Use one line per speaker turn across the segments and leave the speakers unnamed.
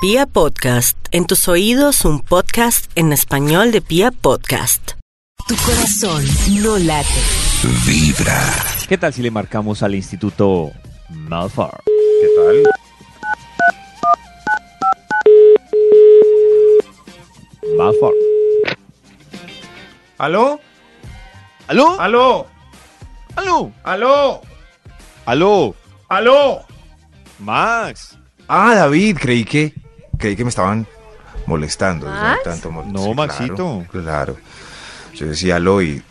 Pia Podcast, en tus oídos un podcast en español de Pia Podcast.
Tu corazón no late.
¿Qué tal si le marcamos al Instituto Malfar?
¿Qué tal?
Malfar.
¿Aló?
¿Aló?
¿Aló?
¿Aló?
¿Aló?
¿Aló?
¿Aló?
Max.
Ah, David, creí que creí que me estaban molestando. o sea, tanto mol-
No, Maxito.
Claro, claro. Yo decía, aló, y,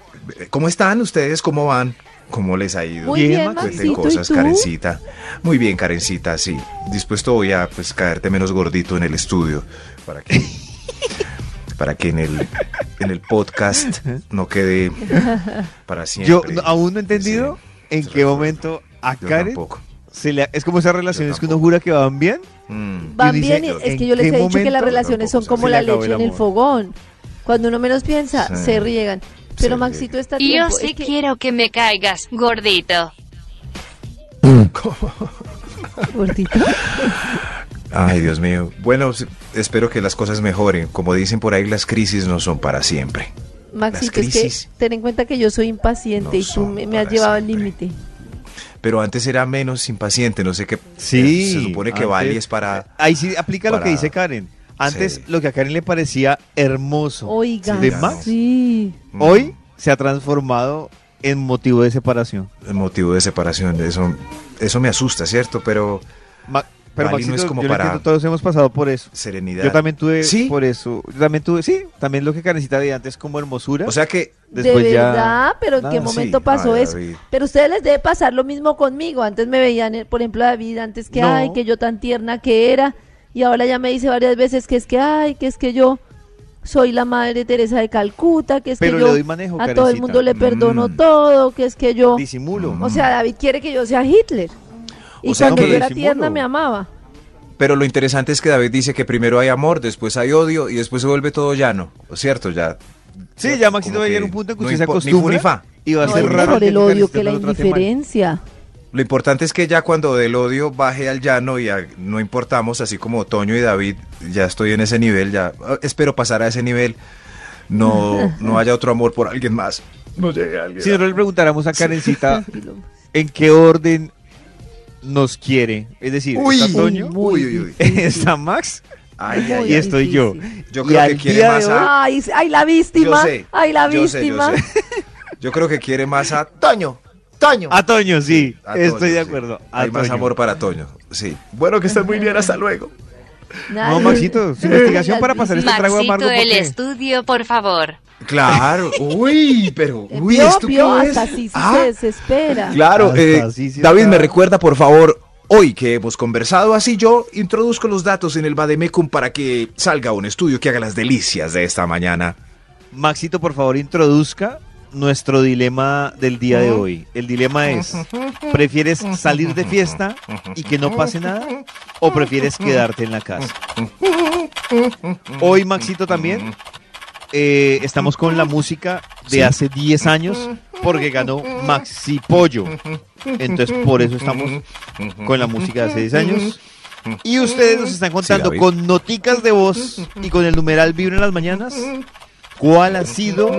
¿cómo están ustedes? ¿Cómo van? ¿Cómo les ha ido?
Muy bien,
Cuenten
Maxito,
pues, cosas,
¿y tú?
Karencita. Muy bien, Karencita, sí. Dispuesto voy a pues, caerte menos gordito en el estudio para que, para que en el, en el podcast no quede para
Yo
siempre.
no- aún no he entendido en
Sí,
qué
recuerdo.
momento a
Yo
Karen
tampoco.
se le- es como esas relaciones que uno
tampoco.
jura que van bien.
Mm.
Van
Y dice,
bien, es
¿en
que yo les
qué
he dicho que las
momento?
relaciones son
Tampoco
como
se
la
le acabó
leche
el
en el
amor.
fogón. Cuando uno menos piensa,
Sí.
se riegan. Pero
Se
Maxito está a
Y Yo
tiempo,
sí
es que-
quiero que me caigas, gordito.
Gordito.
Ay, Dios mío. Bueno, s- espero que las cosas mejoren. Como dicen por ahí, las crisis no son para siempre.
Maxito, es que
crisis
ten en cuenta que yo soy impaciente
no
y tú
son
me, me has
para
llevado al
siempre.
límite.
Pero antes era menos impaciente, no sé qué. eh,
Sí.
Se supone que
antes-
Bali es para...
Ahí sí aplica lo
para-
que dice Karen. Antes
Sí.
lo que a Karen le parecía hermoso.
Oiga,
¿De Max?
sí.
mm,
Hoy se ha transformado en motivo de separación.
el Motivo de separación. Eso, eso me asusta, ¿cierto? Pero
Ma- pero
Bali no
Maxito,
es como
yo lo
para-
entiendo, todos hemos pasado por eso.
serenidad.
Yo también tuve
¿Sí?
por eso. Yo también tuve, sí, también lo que Karencita de antes como hermosura.
O sea que...
de
Después ya-
verdad, pero en qué
nada.
momento
Sí,
pasó
ay,
eso.
David.
Pero ustedes les debe pasar lo mismo conmigo. Antes me veían, eh, por ejemplo, a David, antes que,
No.
ay, que yo tan tierna que era. Y ahora ya me dice varias veces que es que, ay, que es que yo soy la madre Teresa de Calcuta, que es
Pero
que
le
yo
doy manejo,
a todo el
Karencita.
mundo le perdono
Mm.
todo, que es que yo...
disimulo.
Mm.
O sea, David quiere que yo sea Hitler. Y
O sea,
cuando
que-
yo era
disimulo.
tierna me amaba.
Pero lo interesante es que David dice que primero hay amor, después hay odio y después se vuelve todo llano. ¿Cierto? Ya...
Sí, ya Maxito
como
va a
que
llegar un punto en que
no
usted se
impo- ni fu
acostumbra
ni fa.
y va a
No,
ser
es
raro
mejor
que
el odio
Karencita
que la
no lo trate mal.
indiferencia.
Lo importante es que ya cuando del odio baje al llano y a- no importamos, así como Toño y David, ya estoy en ese nivel, ya ah, espero pasar a ese nivel. No, no haya otro amor por alguien más. No llegue a alguien.
Si nosotros le preguntáramos a Karencita
Tranquilo.
en qué orden nos quiere, es decir,
Uy.
está Toño,
Muy
Uy, uy, uy.
está Max
Ay, ay,
Muy
y
ay.
estoy
difícil.
Yo
yo. Y
creo
al
que quiere
día de
más a.
Ay, ay, la
Yo
víctima.
sé,
Ay,
yo
la
sé, yo
víctima.
sé. Yo creo que quiere más a Toño. Toño.
A Toño, sí,
A
estoy
Toño,
de
sí.
acuerdo. a
Hay más
Toño.
amor para Toño. Sí. Bueno, que estés muy bien. Hasta luego.
Nadie-
No, Maxito, su investigación para pasar este trago amargo.
Maxito, el
porque-
estudio, por favor.
Claro. Uy, pero.
Eh,
Uy,
vio,
¿esto qué
vio,
es?
hasta así sí
Ah,
se desespera.
Claro,
Hasta
eh,
así sí
David,
está.
me recuerda, por favor, hoy que hemos conversado así, yo introduzco los datos en el Bademecum para que salga un estudio que haga las delicias de esta mañana.
Maxito, por favor, introduzca nuestro dilema del día de hoy. El dilema es, ¿prefieres salir de fiesta y que no pase nada o prefieres quedarte en la casa? Hoy, Maxito, también eh, estamos con la música de
Sí.
hace 10 años porque ganó Maxi Pollo. Entonces, por eso estamos con la música de hace 10 años. Y ustedes nos están contando
David.
con noticas de voz y con el numeral Vibra en las mañanas cuál ha sido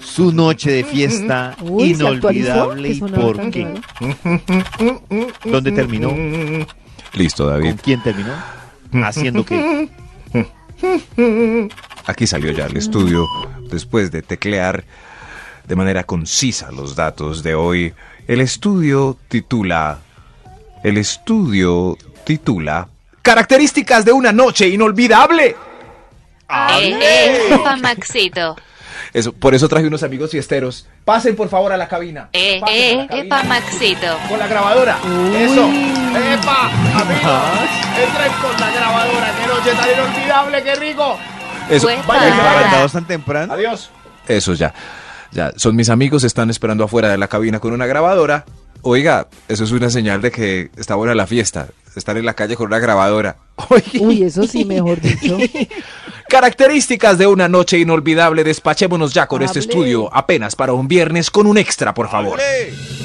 su noche de fiesta
Uy, ¿se actualizó?
inolvidable
Que
y
sonaba
por
tan
qué.
raro.
¿Dónde terminó?
Listo,
¿Con
David.
quién terminó? Haciendo qué.
Aquí salió ya el estudio después de teclear de manera concisa los datos de hoy. El estudio titula. El estudio titula. Características de una noche inolvidable.
Eh, eh, ufa, Maxito.
Eso, por eso traje unos amigos fiesteros. Pasen por favor a la cabina.
Eh,
Pasen a
eh,
la cabina.
epa, Maxito.
Con la grabadora. Eso. ¡Epa! Amigos. Entren con la grabadora. Qué noche tan inolvidable, qué rico. Eso. Vayan
Pues, para.
grabando.
¿Levantados tan temprano?
Adiós. Eso ya. Ya, son mis amigos, están esperando afuera de la cabina con una grabadora. Oiga, eso es una señal de que está buena la fiesta. Estar en la calle con una grabadora. Oiga.
Uy, eso sí, mejor dicho.
Características de una noche inolvidable. Despachémonos ya con este
Hablé.
estudio apenas para un viernes con un extra, por favor.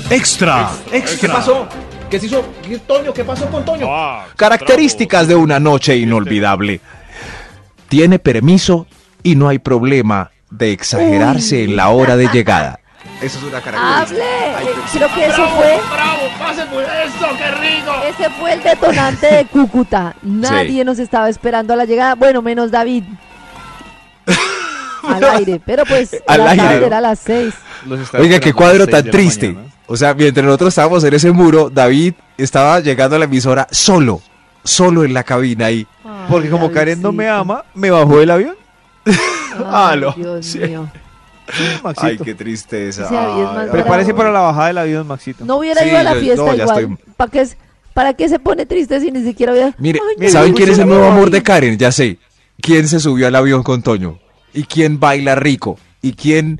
Extra. ¿Qué pasó?
¿Qué se hizo? ¿Qué- Toño? ¿Qué pasó con Toño?
Características de una noche inolvidable. Tiene permiso y no hay problema de exagerarse en la hora de llegada. Eso es una
¡Hable! Creo que eso fue,
¡Bravo! ¡Pase por eso! ¡Qué rico!
ese fue el detonante de Cúcuta. Nadie nos estaba esperando a la llegada, bueno, menos David. Al aire, pero pues
Al
la
aire.
tarde era a las seis.
Los estaba
Oiga, qué
esperando a
cuadro
las seis
tan
de la
triste.
mañana.
O sea, mientras nosotros estábamos en ese muro, David estaba llegando a la emisora solo, solo en la cabina ahí.
Porque como
Ay,
Karen no me
Davidcito.
ama, Ah, me bajó del avión.
Ay,
no,
Dios
sí.
mío.
Maxito.
Ay, qué tristeza.
Ese David es más
Ay,
Prepárese
bravo.
para la bajada del avión, Maxito.
No hubiera
Sí,
ido a la
yo-
fiesta
no, ya
igual.
estoy-
¿Para qué, es- ¿Para qué se pone triste si ni siquiera hubiera...
Mire,
Ay,
mire,
¿saben
yo
quién es el
quisiera
nuevo
morir.
amor de Karen? Ya sé. ¿Quién se subió al avión con Toño? ¿Y quién baila rico? ¿Y quién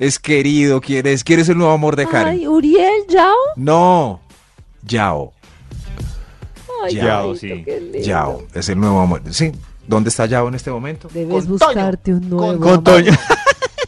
es querido? ¿Quién es? ¿Quién es el nuevo amor de Karen?
Ay, Uriel, Yao.
No. Yao.
Ay,
Yao,
Diosito,
sí.
qué lindo.
Yao. Es el nuevo amor. Sí. ¿Dónde está Yao en este momento?
Debes
Con Toño.
buscarte un nuevo.
Con Toño.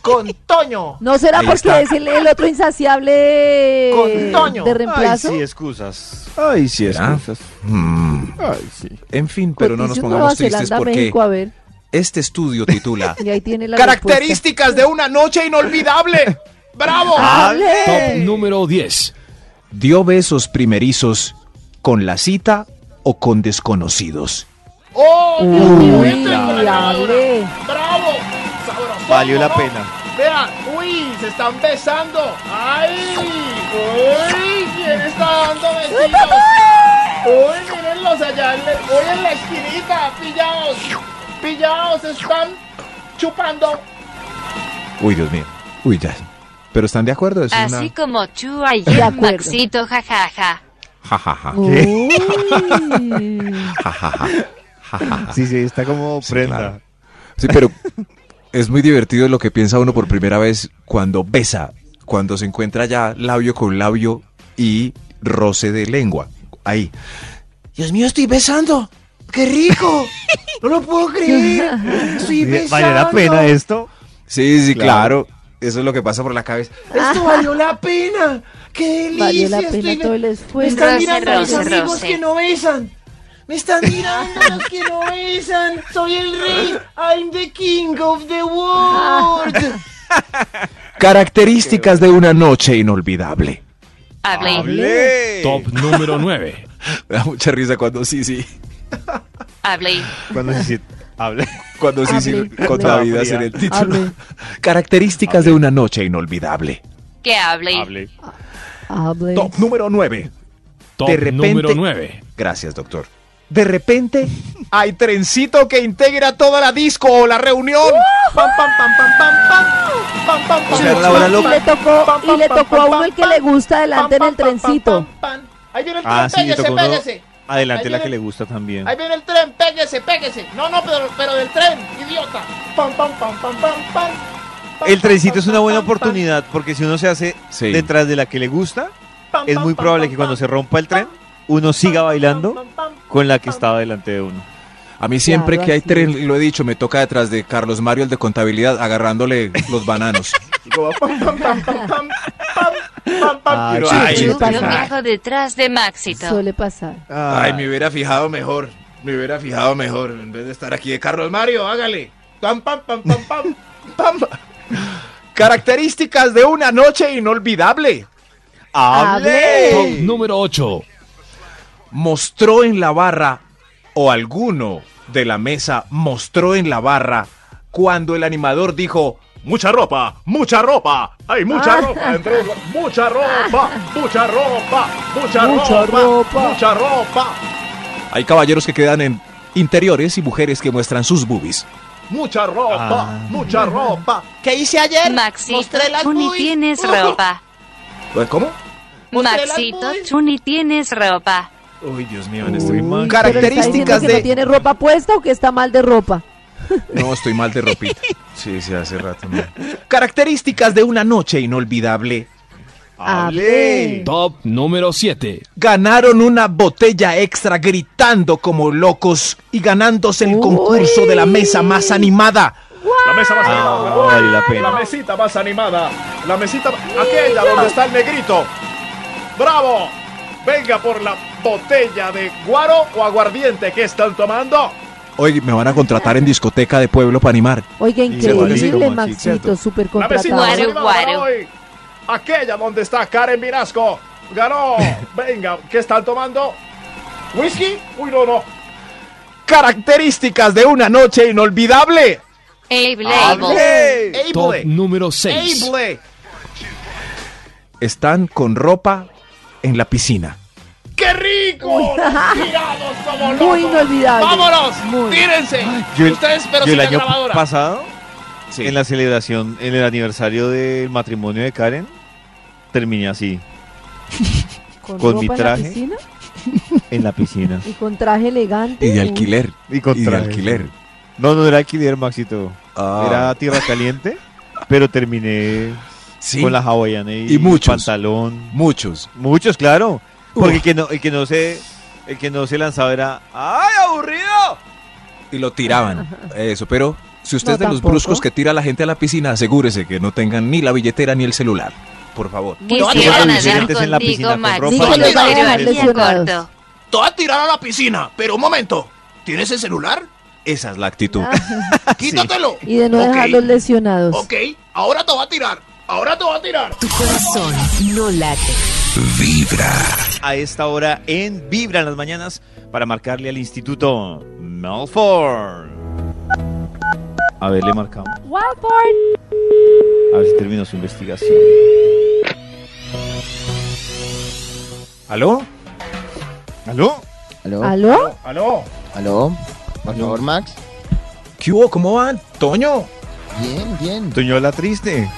¡Con Toño!
¿No será
Ahí
porque
está.
es el, el otro insaciable
Con Toño.
de
Ay,
reemplazo?
sí, excusas. Ay, sí,
¿Será?
excusas.
Mm.
Ay, sí.
En fin, pero no nos
Cotice un
pongamos
Nueva
tristes
Zelanda,
porque
México, a ver.
este estudio titula
Y ahí tiene la respuesta.
¡Características de una noche inolvidable! ¡Bravo!
Ah.
¡Hable!
número 10.
¿Dio besos primerizos con la cita o con desconocidos?
¡Oh!
Uy,
qué rico!
hable.
¡Bravo! Sabrosón,
Valió la
¿no?
pena.
Vean, uy, se están besando. ¡Ay! ¡Uy! ¿Quién está dando besitos? ¡Uy, mírenlos allá! en la- ¡Uy, en la esquinita! ¡Pillaos! ¡Pillaos! ¡Están chupando!
Uy, Dios mío. Uy, ya. ¿Pero están de acuerdo? Es una-
Así como tú
De
ayer,
acuerdo.
Maxito, jajaja.
Ja, ja, ja.
Uy.
Ja, ja, ja. Ja, ja, ja.
Ah. Sí, sí, está como
Sí,
prenda.
claro. Sí, pero es muy divertido lo que piensa uno por primera vez cuando besa, cuando se encuentra ya labio con labio y roce de lengua. Ahí. Dios mío, estoy besando. ¡Qué rico! No lo puedo creer. Estoy
Sí, ¿Vale la pena esto?
Sí, sí,
Claro.
claro. Eso es lo que pasa por la cabeza.
¡Esto valió la pena! ¡Qué
Ah. Valió la
estoy
pena
be-
todo el esfuerzo.
Roce, roce, roce.
no besan. Me están mirando los que no besan. Soy el rey. I'm the king of the
Ah.
world.
Características de una noche inolvidable.
Hablé,
¡Hablé!
Top número 9.
Me da mucha risa cuando sí, sí.
hablé.
Cuando se siente- Hablé.
Cuando sí, sí.
Hable.
Con
Hable.
David hacer el título.
Hable.
Características de una noche inolvidable.
Que hablé.
Hablé.
Hable.
Top número 9.
Top
De repente-
número 9.
Gracias, doctor. De repente,
Hay trencito que integra toda la disco o la reunión. Pam, pam, pam, pam, pam, pam. Pam, pam,
O
pam,
sea,
pam,
la hora
pam,
Y
loca.
le tocó,
pam,
y le
pam,
tocó a
pam,
uno el que le gusta adelante en
pam,
el
pam, pam,
trencito.
pam, pam. Ahí viene el tren,
Ah, sí, le
péguese,
tocó uno
péguese.
Adelante
Ahí
la
viene-
que le gusta también.
Ahí viene el tren, péguese, péguese. No, no, pero, pero del tren, idiota. Pam, pam, pam, pam, pam, pam. Pam,
El
pam,
trencito
pam,
es una
pam,
buena
pam, pam.
oportunidad porque si uno se hace
Sí.
detrás de la que le gusta,
Pam,
es
pam,
muy
pam,
probable
pam,
que cuando
pam.
se rompa el tren, uno siga bailando con la que estaba delante de uno.
a mí siempre
Claro,
que hay
así
tren, lo he dicho, me toca detrás de Carlos Mario, el de contabilidad, agarrándole los bananos.
Ay,
Pero,
sí,
ay,
sí,
Yo
pasa.
viajo detrás de Maxito.
Suele pasar.
Ay, me hubiera fijado mejor. Me hubiera fijado mejor. En vez de estar aquí de Carlos Mario, hágale.
Pam, pam, pam, pam, pam.
Pam. Características de una noche inolvidable.
Top
¡Hablé!
número 8.
Mostró en la barra, o alguno de la mesa mostró en la barra, cuando el animador dijo, mucha ropa, mucha ropa, hay mucha
Ah.
ropa, entre los- mucha ropa, mucha ropa, mucha,
Mucha ropa.
mucha ropa. Hay caballeros que quedan en interiores y mujeres que muestran sus boobies.
Mucha ropa,
Ah.
mucha ropa. ¿Qué hice ayer?
Maxito,
Mostré las
tú ni
boobies.
tienes
Ujú.
ropa.
Eh, ¿Cómo?
Mostré las
Maxito,
boobies.
tú ni tienes ropa.
Uy, Dios mío, en
Uy,
este
pero
momento.
está diciendo
Características
que no
de...
tiene ropa puesta o que está mal de ropa?
No, estoy mal de ropita. Sí, sí, hace rato. no. Características de una noche inolvidable.
Hablé.
Top número 7.
Ganaron una botella extra gritando como locos y ganándose el
Uy.
concurso de la mesa más animada.
La mesa más
Ah, vale la
La
pena.
mesita más animada. La mesita. Aquella donde está el negrito. ¡Bravo! Venga por la botella de guaro o aguardiente que están tomando.
Hoy me van a contratar en discoteca de pueblo para animar.
Oiga, increíble,
valido,
Maxito,
¿cierto?
súper
La vecina
Guaro,
contratado.
Selena
guaro.
ganó hoy. Aquella donde está Karen Vinasco. Ganó. Venga, ¿qué están tomando? ¿Whisky? Uy, no, no. Características de una noche inolvidable.
Able.
Top
Able.
número 6.
Able.
Están con ropa en la piscina.
¡Qué rico!
Uy.
¡Tirados como locos!
Muy inolvidable.
¡Vámonos!
Muy.
¡Tírense!
Yo el-
Ustedes, pero
yo el
sin la
año
grabadora.
pasado,
Sí.
en la celebración, en el aniversario del matrimonio de Karen, terminé así, con
ropa
mi
en la
traje.
piscina
en la piscina.
y con traje elegante.
Y de
Uy,
alquiler.
Y con
Y de
traje.
alquiler.
No, no era alquiler, Maxito.
Ah.
Era tierra caliente, pero terminé
Sí.
con la hawaiana y,
Y muchos.
pantalón.
Muchos.
Muchos, claro.
Uf.
Porque el que, no, el, que no se, el que no se lanzaba era ¡Ay, aburrido!
Y lo tiraban. Eso, pero si usted
No,
es de los
tampoco.
bruscos que tira a la gente a la piscina, asegúrese que no tengan ni la billetera ni el celular. Por favor.
Quisiera
Todos los
nadar
incidentes en la piscina
contigo,
con
Max.
ropa.
Dígale,
pero
vayan a
aquí a
lesionados.
corto.
Toda tirada a la piscina. Pero un momento. ¿Tienes el celular?
Esa es la actitud.
Ah.
Quítatelo.
Y de no
Ok,
dejarlos lesionados.
Ok, ahora te va a tirar. Ahora te va a tirar.
Tu corazón no late.
A esta hora en Vibra en las mañanas para marcarle al Instituto Melford. A ver, le marcamos. A ver si terminó su investigación.
¿Aló?
¿Aló?
¿Aló?
¿Aló?
¡Aló!
¿Aló? Por favor, Max.
¿Qué hubo? ¿Cómo van? ¿Toño?
Bien, bien.
Toñola triste.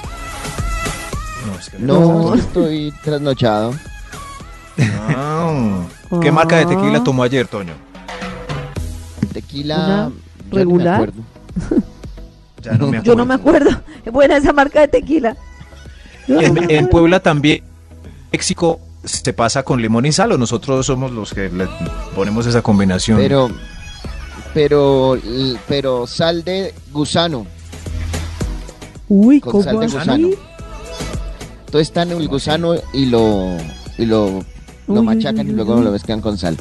No, es que-
No,
No.
estoy trasnochado.
Ah. ¿Qué marca de
Ah.
tequila tomó ayer, Toño?
Tequila.
Una
ya no me
regular.
acuerdo.
Ya no me
Yo no me acuerdo. Es buena esa marca de tequila. Yo no me
En, en
acuerdo.
Puebla también, México se pasa con limón y sal, o nosotros somos los que le ponemos esa combinación.
Pero. Pero. l- Pero sal de gusano.
Uy,
con
¿cómo
sal de
así?
gusano. Entonces están el gusano y lo. Y lo.
Uy,
Lo
uy,
machacan
uy,
y
uy,
luego
uy.
lo mezclan con sal.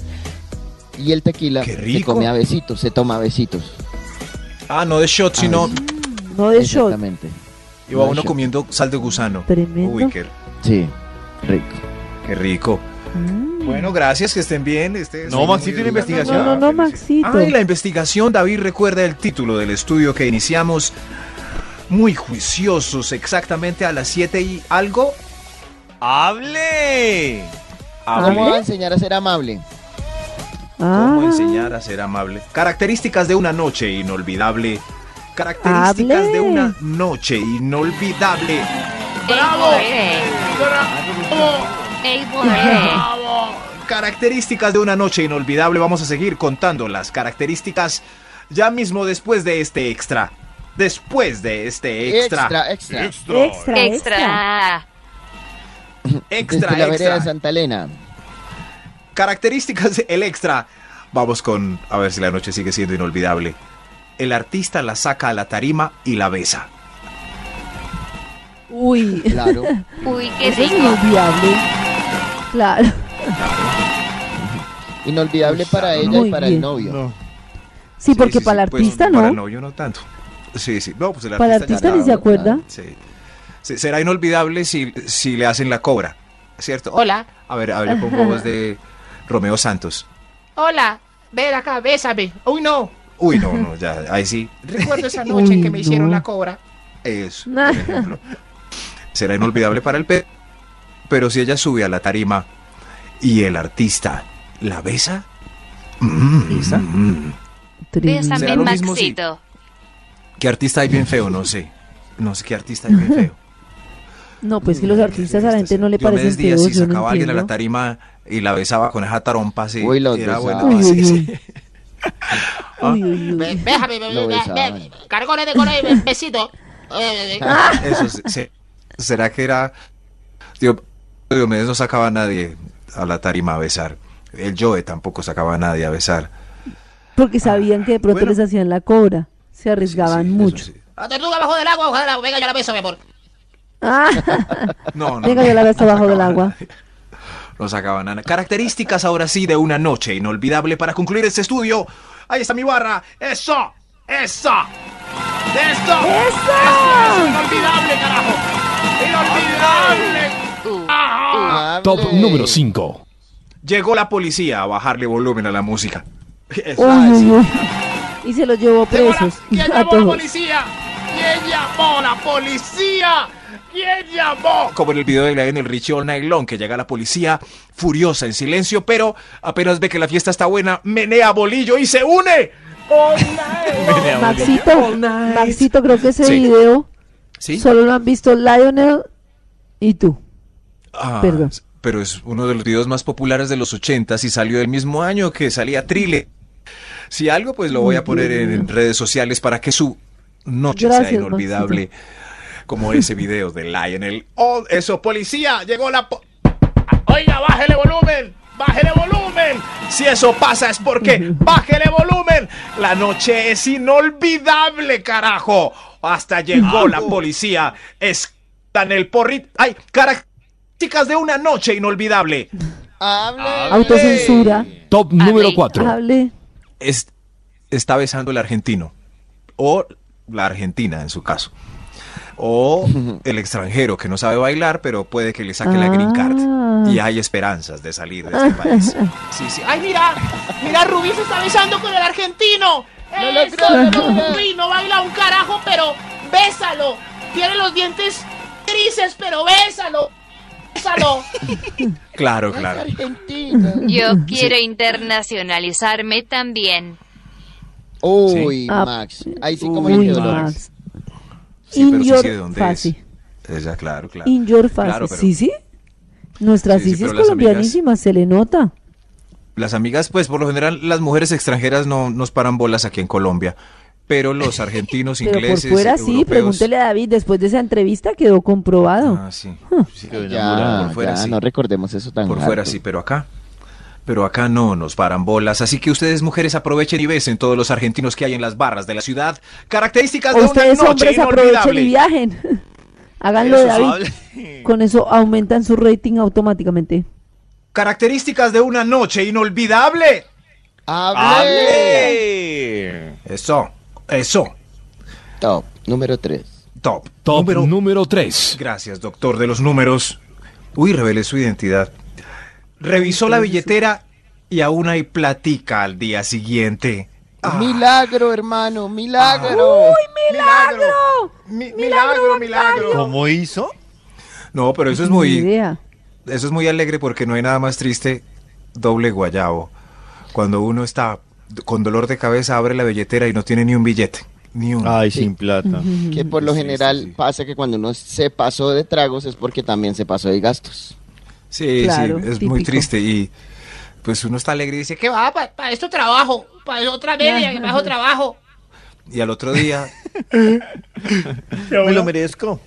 Y el tequila
¡Qué
se
rico!
come a besitos, se toma a besitos.
Ah, no de shot, sino
No de shot.
Exactamente.
iba
no de
uno
shot.
comiendo sal de gusano.
Tremendo.
Uy, qué,
Sí, rico.
qué rico.
Mm.
Bueno, gracias, que estén bien. Este,
No, Maxito, ¿y la investigación?
No, no, no, Maxito.
Ah, y la investigación, David, recuerda el título del estudio que iniciamos. Muy juiciosos, exactamente a las 7 y algo.
¡Hable!
¿Cómo
Hablé.
va a enseñar a ser amable?
Ah,
¿Cómo enseñar a ser amable? Características de una noche inolvidable. Características
Hable.
de una noche inolvidable.
¡Bravo!
Able.
¡Bravo!
Able.
¡Bravo!
Características de una noche inolvidable. Vamos a seguir contando las características ya mismo después de este extra. Después de este extra.
extra. extra.
extra, extra.
Extra.
Extra,
Desde la vereda
extra.
de Santa Elena.
Características, el extra. Vamos con, a ver si la noche sigue siendo inolvidable. El artista la saca a la tarima y la besa.
Uy,
Claro.
Uy, qué
eso es
rico.
inolvidable. Claro.
Inolvidable
Uy,
para
claro,
ella
muy
y para
bien.
el novio.
Sí, porque para el
pues,
artista
Para el
no.
novio no tanto. Sí, sí. No, pues el
Para el
artista
artista
ya
ni se
claro,
acuerda.
claro.
Sí. Se- Será inolvidable si, si le hacen la cobra, ¿cierto? Hola. A ver, a ver, le pongo voz de Romeo Santos.
Hola, ven acá, bésame. Uy, no.
Uy, no, no, ya, ahí sí.
Recuerdo esa
noche en que me hicieron la
cobra.
Eso, por ejemplo. Será inolvidable para el pe... Pero si ella sube a la tarima y el artista la besa... mm, mm.
Tremendo.
Bésame,
Será lo mismo si-
Maxito.
¿Qué artista hay bien feo? No sé. No sé qué artista hay bien feo.
No, pues que los artistas a la gente no le
Diomedes
parecen
Díaz,
feos,
si
yo
sacaba
no
a alguien a la
entiendo.
tarima y la besaba con esa tarompa así.
Uy, los
era buena,
besaba.
sí,
Uy, uy,
sí. Ah,
Uy, uy, uy.
Bésame,
Lo besaban.
Cargones de color y besito. Eh,
Eso, se- se- ¿Será que era...? Dio- Diomedes no sacaba a nadie a la tarima a besar. El Joe tampoco sacaba a nadie a besar.
Porque sabían que de pronto
Bueno.
les hacían la cobra. Se
Sí, sí,
arriesgaban
eso
mucho.
sí.
La tortuga bajo del agua, bajo del agua. Venga, yo la beso, mi amor.
Ah,
No, no.
venga,
no,
yo la beso
no
bajo del
sacaba a
agua.
nadie. Nos sacaban a- Características ahora sí de una noche inolvidable para concluir este estudio. Ahí está mi barra.
¡Eso! ¡Eso! ¡Esto! ¡Eso! ¡Es inolvidable, carajo! ¡Inolvidable! ¡Ajá!
Top número 5.
Llegó la policía a bajarle volumen a la música. Eso, eso.
Uy, uy, uy. Y se los llevó presos.
¿Quién
A
llamó a la
todos.
policía? ¿Quién llamó a la policía? ¿Quién llamó?
Como en el video de Gladys el Richie All Night Long, que llega la policía furiosa en silencio, pero apenas ve que la fiesta está buena, menea bolillo y se une.
Maxito, Maxito, creo que ese
Sí.
video
¿Sí?
solo lo han visto Lionel y tú.
Ah,
Perdón.
Pero es uno de los videos más populares de los 80 y salió del mismo año que salía Trile. Si algo, pues lo voy a poner en, en redes sociales para que su noche
Gracias,
sea inolvidable. Como ese video de Lionel.
Oh, eso, policía, llegó la po- Oiga, bájele volumen, bájele volumen. Si eso pasa es porque bájele volumen. La noche es inolvidable, carajo.
Hasta llegó la policía. Están el porrit. ¡Ay! Características de una noche inolvidable.
Ah,
Autocensura.
Top número 4.
Hable.
Es- está besando el argentino. O la argentina, en su caso. O el extranjero que no sabe bailar, pero puede que le saque la green card. Y
Ah.
hay esperanzas de salir de este país. Sí, sí.
Ay, mira, mira, Rubí se está besando con el argentino.
No lo
Eso,
creo.
no, Rubí, no baila un carajo, pero bésalo. Tiene los dientes grises, pero bésalo. Bésalo.
Claro, claro.
Argentina.
Yo quiero internacionalizarme también.
Uy,
Ah,
Max. Ahí sí como
uy,
le quedó
Max.
Max.
Sí,
In
pero sí
your
sé de dónde
face.
es. Ella, claro, claro.
In your face.
Claro, pero
sí, sí. Nuestra
Sí, sí,
Sisi es
pero las amigas-
colombianísima, se le nota.
Las amigas, pues por lo general, las mujeres extranjeras no nos paran bolas aquí en Colombia. Pero los argentinos,
Pero por
ingleses,
fuera sí,
europeos-
pregúntele a David, después de esa entrevista quedó comprobado.
Ah, sí. Sí,
Ya,
por fuera
ya,
sí.
no recordemos eso tan
Por fuera
harto.
sí, pero acá. Pero acá no nos paran bolas. Así que ustedes, mujeres, aprovechen y besen todos los argentinos que hay en las barras de la ciudad. Características
O
de una
ustedes
noche
hombres aprovechen
inolvidable.
y viajen. Háganlo,
Eso
David. Con eso aumentan su rating automáticamente.
Características de una noche inolvidable.
¡Hable!
Eso, eso.
Top número 3.
Top.
Top número 3.
Gracias, doctor de los números. Uy, revelé su identidad. Revisó la billetera y aún hay platica al día siguiente.
Milagro, hermano,
Ah.
milagro.
¡Milagro!
Mi- milagro, milagro.
¿Cómo hizo?
No, pero eso es
Ni
muy...
idea.
Eso es muy alegre porque no hay nada más triste doble guayabo. Cuando uno está con dolor de cabeza, abre la billetera y no tiene ni un billete. Ni uno.
Ay, sin plata.
Que por lo
Sí, sí,
general
sí.
pasa que cuando uno se pasó de tragos es porque también se pasó de gastos.
sí,
claro,
sí, es muy
típico.
triste. Y pues uno está alegre y dice que
¿Qué va? Para esto trabajo. Para otra media, que bajo trabajo.
Y al otro día,
Me lo merezco.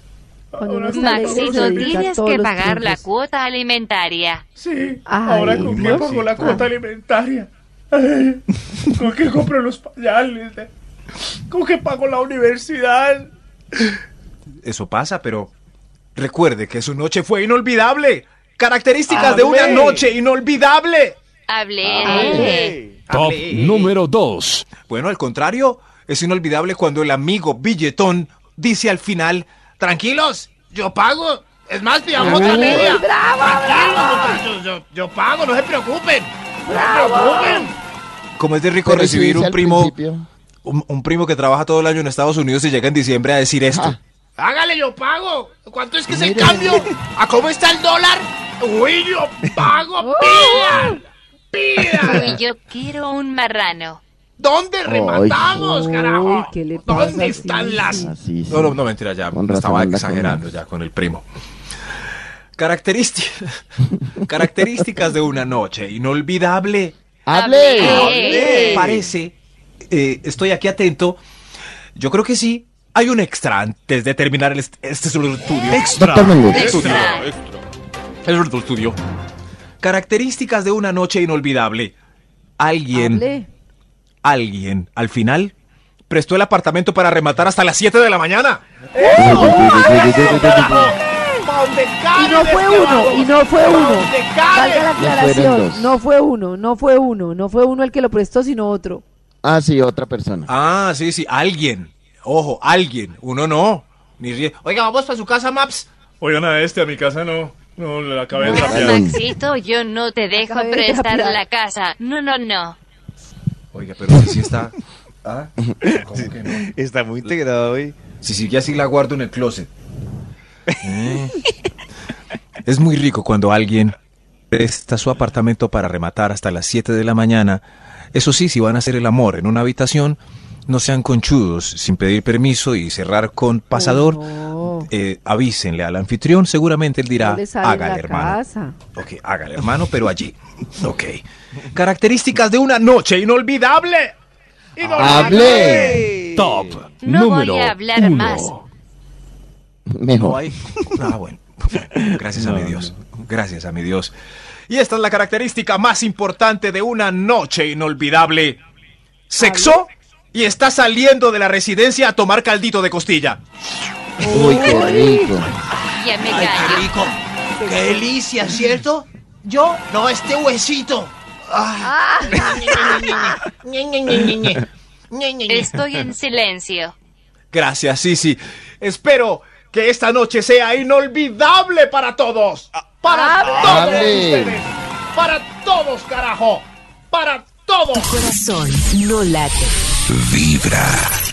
Cuando uno está alegre, se
Maxito,
dedica
tienes
todos
que
los
pagar la
tiempos.
cuota alimentaria.
Sí,
Ay,
ahora con qué
Maxi.
pago la cuota alimentaria. Ay, ¿Con qué compro los pañales? ¿Con qué pago la universidad?
eso pasa, pero recuerde que su noche fue inolvidable. Características de una
Amén.
noche inolvidable.
Hablé de...
Top número 2.
Bueno, al contrario, es inolvidable cuando el amigo billetón dice al final, tranquilos,
Yo pago. Es más, pidamos otra media. Tranquilos, muchachos, Yo, yo pago, no se preocupen. No se preocupen.
Como es de rico
Pero sí
recibir
dice
un
al
primo,
principio,
un, un primo que trabaja todo el año en Estados Unidos y llega en diciembre a decir esto.
Ah.
Hágale, yo pago. ¿Cuánto es que es el
Mire.
cambio? ¿A cómo está el dólar? Uy, yo pago. Pidan. Pidan.
Uy, yo quiero un marrano.
¿Dónde rematamos,
Uy,
carajo?
¿qué le pasa,
¿Dónde están
Sisi?
las
Así, sí.
No, no, no, mentira, ya
Con razón
estaba
anda con
exagerando
él.
ya con el primo. Características, características de una noche inolvidable.
¡Hable!
Hablé.
Parece, eh, estoy aquí atento. Yo creo que sí. Hay un extra antes de terminar el est- este estudio. Extra.
Doctor Mengo.
Extra.
El estudio. Características de una noche inolvidable. Alguien.
Hable.
alguien, al final, prestó el apartamento para rematar hasta las 7 de la mañana.
¡Pago! para donde cae.
Y no fue uno, y no fue uno. Valga la
fueron dos.
aclaración, no fue uno, no fue uno, no fue uno el que lo prestó, sino otro.
Ah, sí, otra persona.
Ah, sí, sí, alguien. Ojo, alguien. Uno no. Ni ríe.
Oiga, vamos para su casa, Maps.
Oigan a este, a mi casa no. No, la acabé de
Pues,
rapear.
Maxito, yo no te dejo
Acabé de
prestar
rapear.
la casa. No, no, no.
Oiga, pero si sí está. Ah, ¿cómo que no?
Está muy integrado hoy.
Sí, sí, ya sí la guardo en el closet. Eh. Es muy rico cuando alguien presta su apartamento para rematar hasta las 7 de la mañana. Eso sí, si van a hacer el amor en una habitación, no sean conchudos sin pedir permiso y cerrar con pasador.
No,
Eh, avísenle al anfitrión, seguramente él dirá,
no le sale en
hágale
la
hermano.
casa.
Ok, hágale hermano, pero allí. Ok.
Características de una noche inolvidable.
¡Hablé!
Top
No
número
voy a hablar
uno.
más.
No
Mejor.
hay- Ah, bueno. Gracias a mi Dios. Gracias a mi Dios.
Y esta es la característica más importante de una noche inolvidable. Sexo y está saliendo de la residencia a tomar caldito de costilla.
Uy, qué rico.
Ya me callo.
rico. Qué delicia, ¿cierto? Yo, no, este huesito. Ñe, Ñe, Ñe, Ñe, Ñe. Ñe, Ñe, Ñe.
Estoy en silencio.
Gracias, Sisi. Espero que esta noche sea inolvidable para todos. Para todos
¡Hable!
ustedes. Para todos, carajo. Para todos.
Corazón no late.
Vibra.